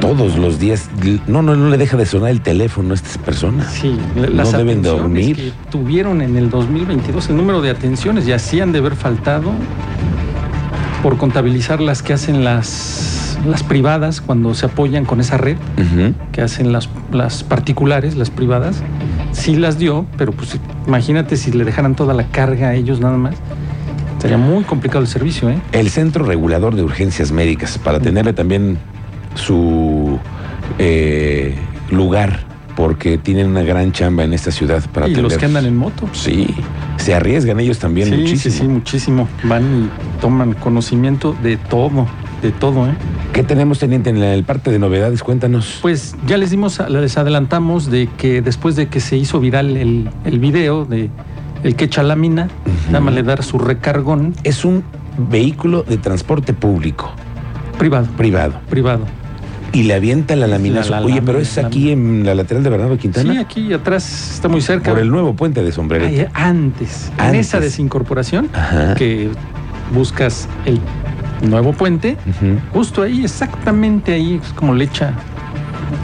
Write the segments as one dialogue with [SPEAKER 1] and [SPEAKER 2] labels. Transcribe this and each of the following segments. [SPEAKER 1] todos los días. No, no, no le deja de sonar el teléfono a estas personas.
[SPEAKER 2] Sí,
[SPEAKER 1] no
[SPEAKER 2] las
[SPEAKER 1] deben
[SPEAKER 2] atenciones
[SPEAKER 1] dormir.
[SPEAKER 2] que tuvieron en el 2022 el número de atenciones y así han de haber faltado por contabilizar las que hacen las, las privadas cuando se apoyan con esa red
[SPEAKER 1] Ujú.
[SPEAKER 2] que hacen las, las particulares, las privadas. Sí las dio, pero pues imagínate si le dejaran toda la carga a ellos nada más. Sería muy complicado el servicio, ¿eh?
[SPEAKER 1] El Centro Regulador de Urgencias Médicas, para tenerle también su eh, lugar, porque tienen una gran chamba en esta ciudad para
[SPEAKER 2] y los
[SPEAKER 1] atender-
[SPEAKER 2] que andan en moto.
[SPEAKER 1] Sí, se arriesgan ellos también
[SPEAKER 2] sí,
[SPEAKER 1] muchísimo.
[SPEAKER 2] sí, sí, muchísimo. Van y toman conocimiento de todo, de todo, ¿eh?
[SPEAKER 1] ¿Qué tenemos, teniente, en la- el parte de novedades? Cuéntanos.
[SPEAKER 2] Pues ya les dimos, les adelantamos de que después de que se hizo viral el, el video de el que echa lámina, nada más le dar su recargón
[SPEAKER 1] Es un vehículo de transporte público,
[SPEAKER 2] privado,
[SPEAKER 1] privado,
[SPEAKER 2] privado.
[SPEAKER 1] y le avienta la laminazo.
[SPEAKER 2] La- la
[SPEAKER 1] Oye,
[SPEAKER 2] lámina,
[SPEAKER 1] pero es
[SPEAKER 2] la
[SPEAKER 1] aquí en la lateral de Bernardo Quintana,
[SPEAKER 2] Sí, aquí atrás está muy cerca.
[SPEAKER 1] por el nuevo puente de sombrero.
[SPEAKER 2] Ay, antes, en
[SPEAKER 1] Antes.
[SPEAKER 2] esa desincorporación
[SPEAKER 1] Ajá.
[SPEAKER 2] que buscas el nuevo puente,
[SPEAKER 1] Ujú.
[SPEAKER 2] justo ahí, exactamente ahí, es como le echa,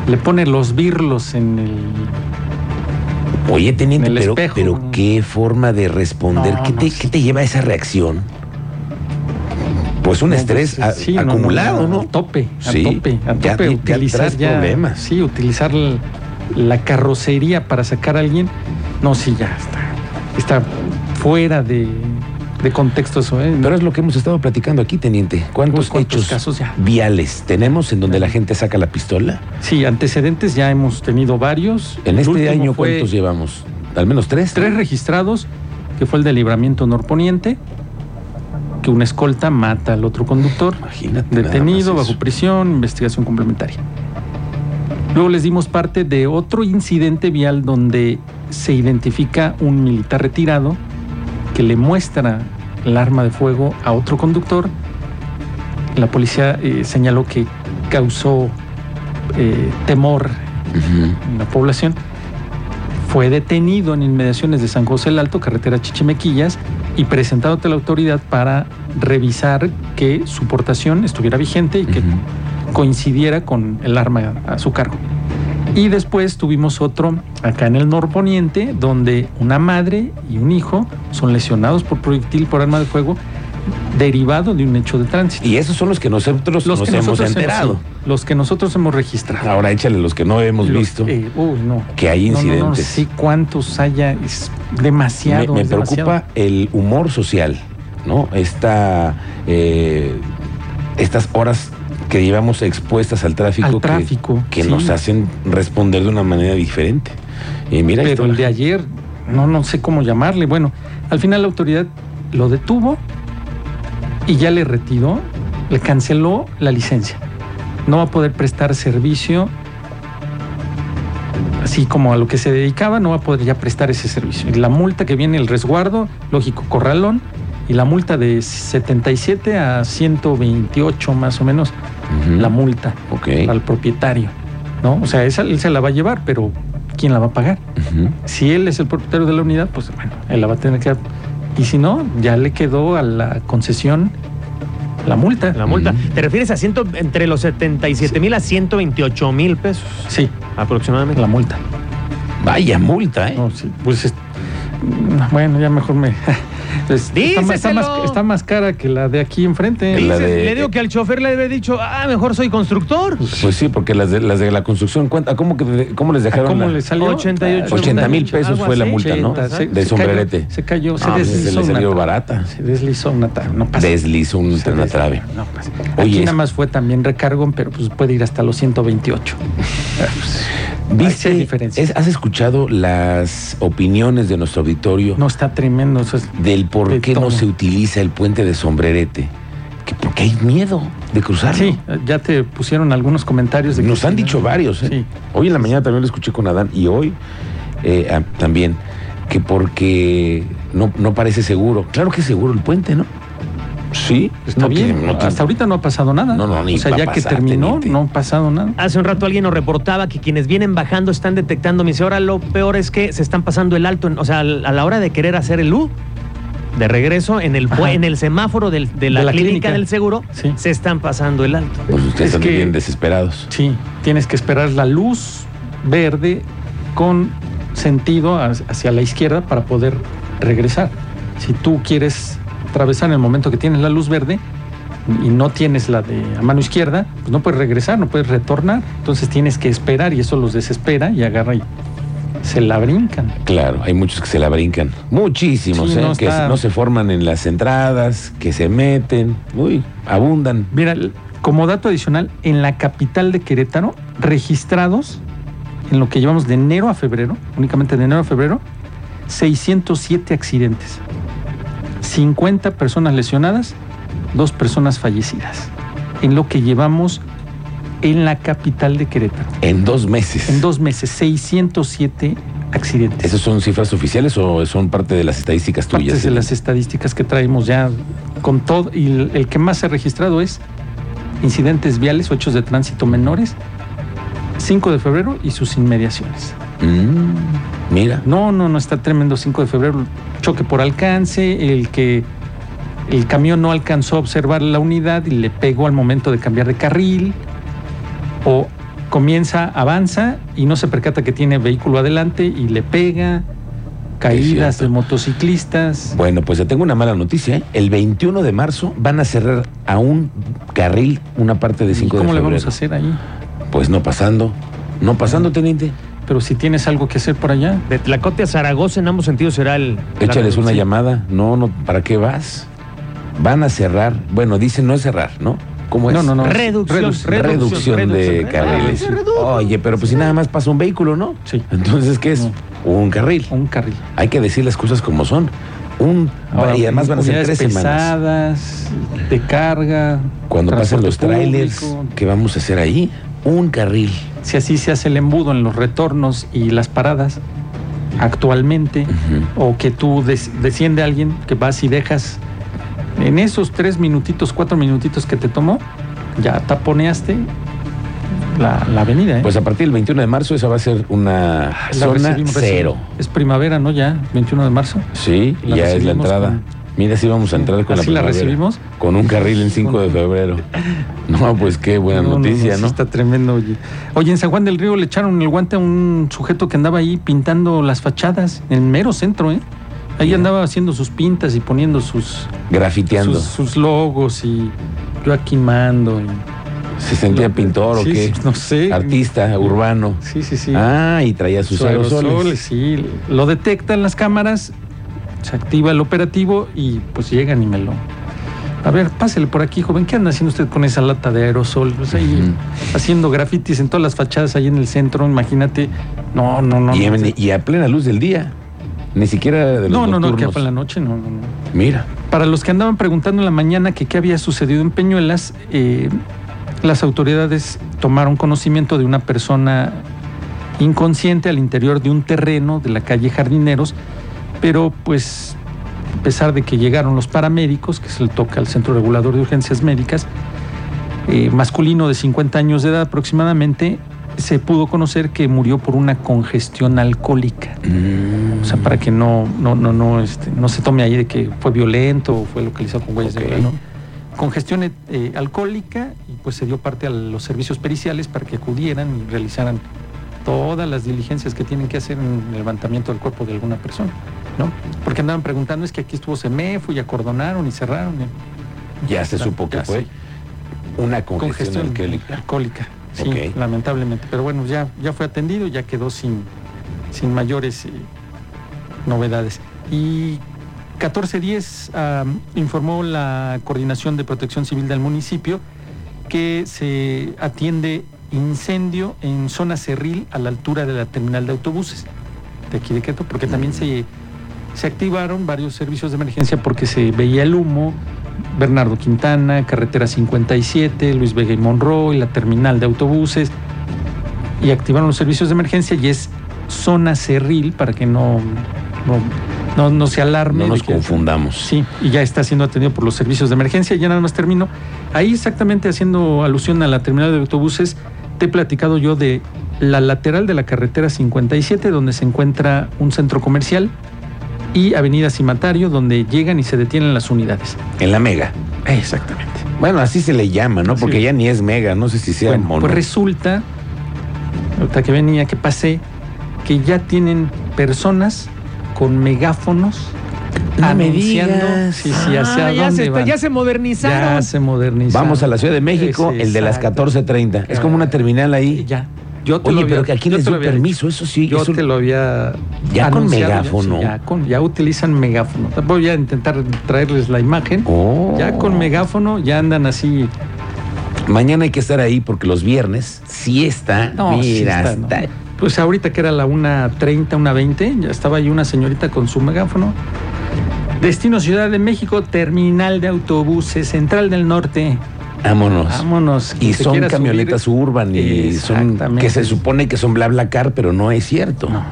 [SPEAKER 2] le pone los birlos en el
[SPEAKER 1] Oye, teniente,
[SPEAKER 2] En el
[SPEAKER 1] pero,
[SPEAKER 2] espejo.
[SPEAKER 1] pero qué forma de responder.
[SPEAKER 2] No,
[SPEAKER 1] ¿Qué,
[SPEAKER 2] no,
[SPEAKER 1] te,
[SPEAKER 2] sí.
[SPEAKER 1] qué te lleva a esa reacción? Pues un
[SPEAKER 2] No,
[SPEAKER 1] estrés
[SPEAKER 2] pues,
[SPEAKER 1] a-
[SPEAKER 2] sí, no, no,
[SPEAKER 1] acumulado, ¿no?
[SPEAKER 2] A tope, a
[SPEAKER 1] Sí,
[SPEAKER 2] tope, a
[SPEAKER 1] ya-
[SPEAKER 2] tope.
[SPEAKER 1] ya
[SPEAKER 2] utilizar
[SPEAKER 1] traes
[SPEAKER 2] ya,
[SPEAKER 1] problemas.
[SPEAKER 2] Sí, utilizar l- la carrocería para sacar a alguien. No, sí, ya está. Está fuera de, de contexto eso, ¿eh?
[SPEAKER 1] Pero es lo que hemos estado platicando aquí, teniente. ¿Cuántos,
[SPEAKER 2] Uy, ¿cuántos
[SPEAKER 1] hechos
[SPEAKER 2] casos ya?
[SPEAKER 1] viales tenemos en donde la gente saca la pistola?
[SPEAKER 2] Sí, antecedentes ya hemos tenido varios.
[SPEAKER 1] En
[SPEAKER 2] El
[SPEAKER 1] este
[SPEAKER 2] último
[SPEAKER 1] año,
[SPEAKER 2] fue
[SPEAKER 1] ¿cuántos llevamos? ¿Al menos tres?
[SPEAKER 2] Tres registrados, que fue el de Libramiento Norponiente, que una escolta mata al otro conductor.
[SPEAKER 1] Imagínate. nada más
[SPEAKER 2] Detenido,
[SPEAKER 1] eso.
[SPEAKER 2] bajo prisión, investigación complementaria. Luego les dimos parte de otro incidente vial donde se identifica un militar retirado que le muestra el arma de fuego a otro conductor. La policía eh, señaló que causó eh, temor
[SPEAKER 1] Ujú.
[SPEAKER 2] en la población. Fue detenido en inmediaciones de San José el Alto, carretera Chichimequillas, y presentado ante la autoridad para revisar que su portación estuviera vigente y que
[SPEAKER 1] Ujú.
[SPEAKER 2] coincidiera con el arma a su cargo. Y después tuvimos otro acá en el norponiente, donde una madre y un hijo son lesionados por proyectil por arma de fuego derivado de un hecho de tránsito.
[SPEAKER 1] Y esos son los que nosotros nos
[SPEAKER 2] que
[SPEAKER 1] hemos
[SPEAKER 2] nosotros
[SPEAKER 1] enterado.
[SPEAKER 2] hemos- los que nosotros hemos registrado.
[SPEAKER 1] Ahora échale los que no hemos
[SPEAKER 2] Los-
[SPEAKER 1] visto,
[SPEAKER 2] eh, uy, no.
[SPEAKER 1] que hay
[SPEAKER 2] No,
[SPEAKER 1] incidentes.
[SPEAKER 2] No, no, sí, cuántos haya, es
[SPEAKER 1] Me,
[SPEAKER 2] demasiado.
[SPEAKER 1] me
[SPEAKER 2] es
[SPEAKER 1] preocupa
[SPEAKER 2] demasiado.
[SPEAKER 1] el humor social, ¿no? Esta, eh, estas horas que llevamos expuestas al tráfico,
[SPEAKER 2] al
[SPEAKER 1] que-
[SPEAKER 2] tráfico.
[SPEAKER 1] que,
[SPEAKER 2] sí,
[SPEAKER 1] nos hacen responder de una manera diferente. Y mira,
[SPEAKER 2] Pero
[SPEAKER 1] esto-
[SPEAKER 2] el de ayer, no, no sé cómo llamarle. Bueno, al final la autoridad lo detuvo y ya le retiró, le canceló la licencia. No va a poder prestar servicio así como a lo que se dedicaba, no va a poder ya prestar ese servicio. Y la multa que viene, el resguardo, lógico, corralón, y la multa de 77 a 128 más o menos,
[SPEAKER 1] Ujú,
[SPEAKER 2] la multa
[SPEAKER 1] ok,
[SPEAKER 2] al propietario, ¿no? O sea, esa él se la va a llevar, pero ¿quién la va a pagar?
[SPEAKER 1] ujú.
[SPEAKER 2] Si él es el propietario de la unidad, pues bueno, él la va a tener que... Y si no, ya le quedó a la concesión la multa.
[SPEAKER 3] La multa.
[SPEAKER 1] Ujú.
[SPEAKER 3] ¿Te refieres a ciento, entre los 77 mil a 128 mil pesos
[SPEAKER 2] Sí,
[SPEAKER 3] aproximadamente?
[SPEAKER 2] la multa.
[SPEAKER 1] Vaya multa, ¿eh?
[SPEAKER 2] No, sí, pues es- bueno, ya mejor me... es- está, más, está, más,
[SPEAKER 3] Díceselo.
[SPEAKER 2] está más cara que la de aquí enfrente.
[SPEAKER 1] La
[SPEAKER 3] Dices,
[SPEAKER 1] de-
[SPEAKER 3] Le digo que al chofer le había dicho, ah, mejor soy constructor.
[SPEAKER 1] Pues sí, porque las de, las de la construcción, ¿cuánta- ¿cómo, que, de- cómo les
[SPEAKER 2] ¿A
[SPEAKER 1] dejaron?
[SPEAKER 2] ¿Cómo
[SPEAKER 1] la-
[SPEAKER 2] le salió?
[SPEAKER 3] 88
[SPEAKER 1] 80 mil pesos
[SPEAKER 3] Algo
[SPEAKER 1] fue la
[SPEAKER 3] así.
[SPEAKER 1] multa, ¿no?
[SPEAKER 3] Sí,
[SPEAKER 2] Se- se
[SPEAKER 3] de
[SPEAKER 2] cayó-
[SPEAKER 1] sombrerete.
[SPEAKER 2] Se cayó, se
[SPEAKER 1] Ah, pues,
[SPEAKER 2] deslizó
[SPEAKER 1] se les
[SPEAKER 2] una
[SPEAKER 1] salió
[SPEAKER 2] tabla.
[SPEAKER 1] barata.
[SPEAKER 2] Se deslizó una tabla, no pasa.
[SPEAKER 1] Deslizo un
[SPEAKER 2] Se
[SPEAKER 1] una
[SPEAKER 2] des-
[SPEAKER 1] trave.
[SPEAKER 2] Pues, No pasa.
[SPEAKER 1] Oye,
[SPEAKER 2] Aquí
[SPEAKER 1] es-
[SPEAKER 2] nada más fue también recargo, pero pues puede ir hasta los 128. Ahí sí
[SPEAKER 1] ¿Viste?
[SPEAKER 2] hay diferencia.
[SPEAKER 1] es- ¿Has escuchado las opiniones de nuestro auditorio?
[SPEAKER 2] No está tremendo. Eso es,
[SPEAKER 1] del por
[SPEAKER 2] De
[SPEAKER 1] qué no
[SPEAKER 2] todo.
[SPEAKER 1] se utiliza el puente de sombrerete. Que porque hay miedo de cruzarlo.
[SPEAKER 2] sí, ya te pusieron algunos comentarios. De que-
[SPEAKER 1] Nos han dicho varios. ¿eh?
[SPEAKER 2] Sí.
[SPEAKER 1] Hoy en la mañana también lo escuché con Adán y hoy eh, ah, también. Que porque no, no parece seguro. Claro que es seguro el puente, ¿no? Sí,
[SPEAKER 2] Está
[SPEAKER 1] no
[SPEAKER 2] bien.
[SPEAKER 1] tiene- no tiene-
[SPEAKER 2] hasta ahorita no ha pasado nada.
[SPEAKER 1] No, no, ni
[SPEAKER 2] O sea,
[SPEAKER 1] va a
[SPEAKER 2] ya que
[SPEAKER 1] pasar,
[SPEAKER 2] terminó,
[SPEAKER 1] teniente.
[SPEAKER 2] no ha pasado nada.
[SPEAKER 3] Hace un rato alguien nos reportaba que quienes vienen bajando están detectando. Me dice, ahora lo peor es que se están pasando el alto. en- o sea, al- a la hora de querer hacer el U, de regreso en el, pu-
[SPEAKER 2] Ajá.
[SPEAKER 3] en el semáforo del- de la,
[SPEAKER 2] De la
[SPEAKER 3] clínica,
[SPEAKER 2] clínica.
[SPEAKER 3] del seguro
[SPEAKER 2] Sí.
[SPEAKER 3] se están pasando el alto.
[SPEAKER 1] Pues ustedes
[SPEAKER 2] Es
[SPEAKER 1] están
[SPEAKER 2] que-
[SPEAKER 1] bien desesperados.
[SPEAKER 2] Sí, tienes que esperar la luz verde con sentido ha- hacia la izquierda para poder regresar. Si tú quieres atravesar en el momento que tienes la luz verde y no tienes la de a mano izquierda, pues no puedes regresar, no puedes retornar. Entonces tienes que esperar y eso los desespera y agarra y se la brincan.
[SPEAKER 1] Claro, hay muchos que se la brincan. Muchísimos,
[SPEAKER 2] Sí,
[SPEAKER 1] ¿eh?
[SPEAKER 2] no
[SPEAKER 1] que
[SPEAKER 2] está-
[SPEAKER 1] no se forman en las entradas, que se meten. Uy, abundan.
[SPEAKER 2] Mira, l- como dato adicional, en la capital de Querétaro, registrados en lo que llevamos de enero a febrero, únicamente de enero a febrero, 607 accidentes, 50 personas lesionadas, dos personas fallecidas, en lo que llevamos en la capital de Querétaro.
[SPEAKER 1] En dos meses.
[SPEAKER 2] En dos meses, 607 accidentes.
[SPEAKER 1] ¿Esas son cifras oficiales o son parte de las estadísticas
[SPEAKER 2] Partes
[SPEAKER 1] tuyas?
[SPEAKER 2] de las estadísticas que traemos ya con todo, y el, el que más se ha registrado es incidentes viales o hechos de tránsito menores, 5 de febrero y sus inmediaciones.
[SPEAKER 1] Mm, mira,
[SPEAKER 2] No, no, no está tremendo 5 de febrero, choque por alcance, el que el camión no alcanzó a observar la unidad y le pegó al momento de cambiar de carril, o comienza, avanza y no se percata que tiene vehículo adelante y le pega, caídas de
[SPEAKER 1] cierto.
[SPEAKER 2] motociclistas.
[SPEAKER 1] Bueno, pues te tengo una mala noticia. ¿eh? El 21 de marzo van a cerrar a un carril una parte de
[SPEAKER 2] ¿Y
[SPEAKER 1] 5 de
[SPEAKER 2] ¿Cómo le
[SPEAKER 1] febrero.
[SPEAKER 2] vamos a hacer Mm. ahí?
[SPEAKER 1] Pues no pasando. No pasando, teniente.
[SPEAKER 2] Pero si tienes algo que hacer por allá,
[SPEAKER 3] De Tlacote a Zaragoza en ambos sentidos será el... la
[SPEAKER 1] Échales una
[SPEAKER 3] reducción.
[SPEAKER 1] llamada. No, no, ¿para qué vas? Van a cerrar. Bueno, dicen no es cerrar, ¿no? ¿Cómo es?
[SPEAKER 2] No, no, no.
[SPEAKER 3] Reducción,
[SPEAKER 2] Reducción, Ah,
[SPEAKER 1] Reducción, de carriles.
[SPEAKER 3] Se redujo.
[SPEAKER 1] Oye, pero pues si nada más pasa un vehículo, ¿no?
[SPEAKER 2] sí,
[SPEAKER 1] Entonces, ¿qué es?
[SPEAKER 2] No.
[SPEAKER 1] Un carril.
[SPEAKER 2] un carril.
[SPEAKER 1] Hay que decir las cosas como son. Un,
[SPEAKER 2] Ahora,
[SPEAKER 1] y además van a ser
[SPEAKER 2] unidades
[SPEAKER 1] tres semanas.
[SPEAKER 2] pesadas, de carga.
[SPEAKER 1] Cuando pasen
[SPEAKER 2] transporte
[SPEAKER 1] los trailers,
[SPEAKER 2] público.
[SPEAKER 1] ¿qué vamos a hacer ahí? Un carril.
[SPEAKER 2] Si así se hace el embudo en los retornos y las paradas, actualmente,
[SPEAKER 1] Ujú.
[SPEAKER 2] o que tú des- desciende alguien, que vas y dejas, en esos tres minutitos, cuatro minutitos que te tomó, ya taponeaste la, la avenida. ¿eh?
[SPEAKER 1] Pues a partir del 21 de marzo esa va a ser una
[SPEAKER 2] Ah, La
[SPEAKER 1] zona
[SPEAKER 2] recibimos-
[SPEAKER 1] cero.
[SPEAKER 2] Es primavera, ¿no? Ya, 21 de marzo.
[SPEAKER 1] Sí,
[SPEAKER 2] La
[SPEAKER 1] ya es la
[SPEAKER 2] recibimos
[SPEAKER 1] entrada.
[SPEAKER 2] con-
[SPEAKER 1] Mira, sí vamos a entrar con
[SPEAKER 2] Así la
[SPEAKER 1] primavera.
[SPEAKER 2] recibimos.
[SPEAKER 1] Con un carril en 5 de febrero. No, pues qué buena
[SPEAKER 2] No, no,
[SPEAKER 1] noticia,
[SPEAKER 2] sí
[SPEAKER 1] ¿no?
[SPEAKER 2] Está tremendo. Oye. Oye, en San Juan del Río le echaron el guante a un sujeto que andaba ahí pintando las fachadas en el mero centro, ¿eh? Ahí
[SPEAKER 1] Mira.
[SPEAKER 2] andaba haciendo sus pintas y poniendo sus,
[SPEAKER 1] Grafiteando.
[SPEAKER 2] sus, sus logos y yo aquí mando. y-
[SPEAKER 1] ¿Se sentía
[SPEAKER 2] Lo-
[SPEAKER 1] pintor o
[SPEAKER 2] sí,
[SPEAKER 1] qué?
[SPEAKER 2] sí, No sé.
[SPEAKER 1] Artista, urbano.
[SPEAKER 2] Sí, sí, sí.
[SPEAKER 1] Ah, y traía sus
[SPEAKER 2] Sus aerosoles,
[SPEAKER 1] aerosoles.
[SPEAKER 2] sí. Lo detectan las cámaras, se activa el operativo y pues llegan y me lo. A ver, pásele por aquí, joven. ¿Qué anda haciendo usted con esa lata de aerosol? Pues ahí, haciendo grafitis en todas las fachadas ahí en el centro, imagínate. No, no, no.
[SPEAKER 1] Y,
[SPEAKER 2] no,
[SPEAKER 1] en- y a plena luz del día. Ni siquiera de los
[SPEAKER 2] no, no, no, que
[SPEAKER 1] nocturnos.
[SPEAKER 2] fue en la noche, no, no, no.
[SPEAKER 1] Mira,
[SPEAKER 2] Para los que andaban preguntando en la mañana que qué había sucedido en Peñuelas, eh, las autoridades tomaron conocimiento de una persona inconsciente al interior de un terreno de la calle Jardineros, pero pues a pesar de que llegaron los paramédicos, que se le toca al Centro Regulador de Urgencias Médicas, eh, masculino de 50 años de edad aproximadamente, se pudo conocer que murió por una congestión alcohólica. O sea, para que no, no, no, no, este, no se tome ahí de que fue violento o fue localizado con huellas
[SPEAKER 1] Ok.
[SPEAKER 2] de ¿no? Congestión eh, alcohólica y pues se dio parte a los servicios periciales para que acudieran y realizaran todas las diligencias que tienen que hacer en el levantamiento del cuerpo de alguna persona, ¿no? Porque andaban preguntando, es que aquí estuvo Semefo y acordonaron y cerraron. eh". y-
[SPEAKER 1] ya se
[SPEAKER 2] Ya,
[SPEAKER 1] supo que
[SPEAKER 2] ya
[SPEAKER 1] fue
[SPEAKER 2] sí.
[SPEAKER 1] una
[SPEAKER 2] Congestión
[SPEAKER 1] congestión alcohólica.
[SPEAKER 2] alcohólica, sí,
[SPEAKER 1] Ok.
[SPEAKER 2] lamentablemente. Pero bueno, ya, ya fue atendido, ya quedó sin, sin mayores eh, novedades. Y 1410 am, informó la Coordinación de Protección Civil del municipio que se atiende incendio en zona cerril a la altura de la terminal de autobuses de aquí de Querétaro, porque también se, se activaron varios servicios de emergencia porque se veía el humo. Bernardo Quintana, Carretera 57, Luis Vega y Monroy, la terminal de autobuses, y activaron los servicios de emergencia y es zona cerril para que no, no, no- no se alarme.
[SPEAKER 1] No
[SPEAKER 2] de
[SPEAKER 1] nos
[SPEAKER 2] que-
[SPEAKER 1] confundamos.
[SPEAKER 2] Sí, y ya está siendo atendido por los servicios de emergencia. Ya nada más termino. Ahí exactamente haciendo alusión a la terminal de autobuses, te he platicado yo de la lateral de la carretera 57, donde se encuentra un centro comercial y Avenida Cimatario, donde llegan y se detienen las unidades.
[SPEAKER 1] En la mega.
[SPEAKER 2] Exactamente.
[SPEAKER 1] Bueno, así se le llama, ¿no?
[SPEAKER 2] Sí.
[SPEAKER 1] Porque ya ni es mega, no sé si sea
[SPEAKER 2] Bueno,
[SPEAKER 1] mono.
[SPEAKER 2] pues resulta, ahorita que venía, que pasé, que ya tienen personas con megáfonos
[SPEAKER 1] No me
[SPEAKER 2] anunciando
[SPEAKER 1] digas.
[SPEAKER 2] sí, sí, hacia
[SPEAKER 3] Ah, ya,
[SPEAKER 2] dónde
[SPEAKER 3] se, está-
[SPEAKER 2] van.
[SPEAKER 3] ya se modernizaron.
[SPEAKER 2] Ya se modernizaron.
[SPEAKER 1] Vamos a la Ciudad de México,
[SPEAKER 2] Sí,
[SPEAKER 1] el de las
[SPEAKER 2] exacto. Ah,
[SPEAKER 1] 14.30. Es como una terminal ahí.
[SPEAKER 2] Ya. Yo te
[SPEAKER 1] Oye,
[SPEAKER 2] lo
[SPEAKER 1] pero
[SPEAKER 2] había-
[SPEAKER 1] que aquí
[SPEAKER 2] yo
[SPEAKER 1] les
[SPEAKER 2] te lo
[SPEAKER 1] doy
[SPEAKER 2] había
[SPEAKER 1] permiso, eso sí.
[SPEAKER 2] Yo
[SPEAKER 1] eso-
[SPEAKER 2] te lo había.
[SPEAKER 1] Ya con
[SPEAKER 2] anunciado, ya,
[SPEAKER 1] megáfono.
[SPEAKER 2] sí, Ya, con- ya utilizan megáfono. Voy a intentar traerles la imagen.
[SPEAKER 1] Oh.
[SPEAKER 2] Ya con megáfono ya andan así.
[SPEAKER 1] Mañana hay que estar ahí porque los viernes sí está.
[SPEAKER 2] No, sí
[SPEAKER 1] mira,
[SPEAKER 2] está, ¿no?
[SPEAKER 1] está-
[SPEAKER 2] Pues ahorita que era la 1.30, 1.20, ya estaba ahí una señorita con su megáfono. Destino Ciudad de México, terminal de autobuses, Central del Norte.
[SPEAKER 1] Vámonos.
[SPEAKER 2] Vámonos. quien
[SPEAKER 1] Y
[SPEAKER 2] se
[SPEAKER 1] son
[SPEAKER 2] quiera
[SPEAKER 1] camionetas
[SPEAKER 2] subir.
[SPEAKER 1] urban y son
[SPEAKER 2] Exactamente.
[SPEAKER 1] que se supone que son BlaBlaCar, pero no es cierto.
[SPEAKER 2] No.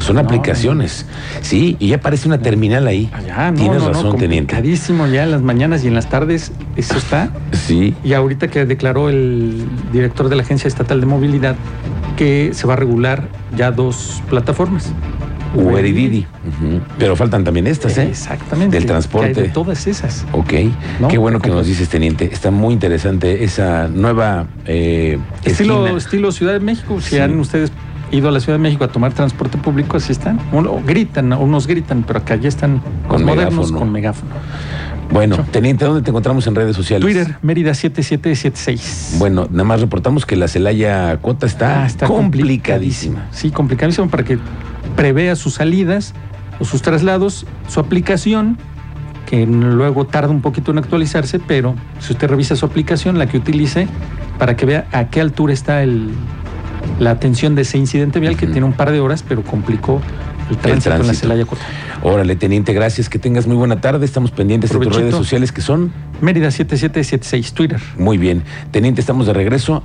[SPEAKER 1] Son
[SPEAKER 2] No, Ah,
[SPEAKER 1] aplicaciones. Sí, y ya parece una terminal ahí.
[SPEAKER 2] Allá, no,
[SPEAKER 1] Tienes
[SPEAKER 2] no, no,
[SPEAKER 1] razón, teniente.
[SPEAKER 2] complicadísimo ya en las mañanas y en las tardes, eso está.
[SPEAKER 1] Sí.
[SPEAKER 2] Y ahorita que declaró el director de la Agencia Estatal de Movilidad que se va a regular ya dos plataformas.
[SPEAKER 1] Uber y Didi. Ujú. Pero faltan también estas, ¿eh?
[SPEAKER 2] Exactamente.
[SPEAKER 1] Del
[SPEAKER 2] Que hay
[SPEAKER 1] transporte.
[SPEAKER 2] de todas esas.
[SPEAKER 1] Ok,
[SPEAKER 2] No,
[SPEAKER 1] qué bueno
[SPEAKER 2] está
[SPEAKER 1] que nos
[SPEAKER 2] completo.
[SPEAKER 1] dices, teniente. Está muy interesante esa nueva eh,
[SPEAKER 2] Estilo,
[SPEAKER 1] esquina.
[SPEAKER 2] estilo Ciudad de México. Si
[SPEAKER 1] Sí.
[SPEAKER 2] han ustedes ido a la Ciudad de México a tomar transporte público, así están. Uno, gritan, unos gritan, pero acá ya están
[SPEAKER 1] Con
[SPEAKER 2] con modernos
[SPEAKER 1] megáfono.
[SPEAKER 2] con megáfono.
[SPEAKER 1] Bueno, teniente, ¿dónde te encontramos en redes sociales?
[SPEAKER 2] Twitter, Mérida 7776.
[SPEAKER 1] Bueno, nada más reportamos que la Celaya Cuota está,
[SPEAKER 2] Ah, está
[SPEAKER 1] complicadísima.
[SPEAKER 2] Sí, complicadísimo para que prevea sus salidas o sus traslados, su aplicación, que luego tarda un poquito en actualizarse, pero si usted revisa su aplicación, la que utilice, para que vea a qué altura está el, la atención de ese incidente vial, que
[SPEAKER 1] Ujú.
[SPEAKER 2] tiene un par de horas, pero complicó el tránsito, en la
[SPEAKER 1] tránsito.
[SPEAKER 2] Celaya Corta.
[SPEAKER 1] Órale, teniente, gracias. Que tengas muy buena tarde. Estamos pendientes de tus
[SPEAKER 2] Provechito.
[SPEAKER 1] redes sociales que son
[SPEAKER 2] Mérida 7776, Twitter.
[SPEAKER 1] muy bien. Teniente, estamos de regreso.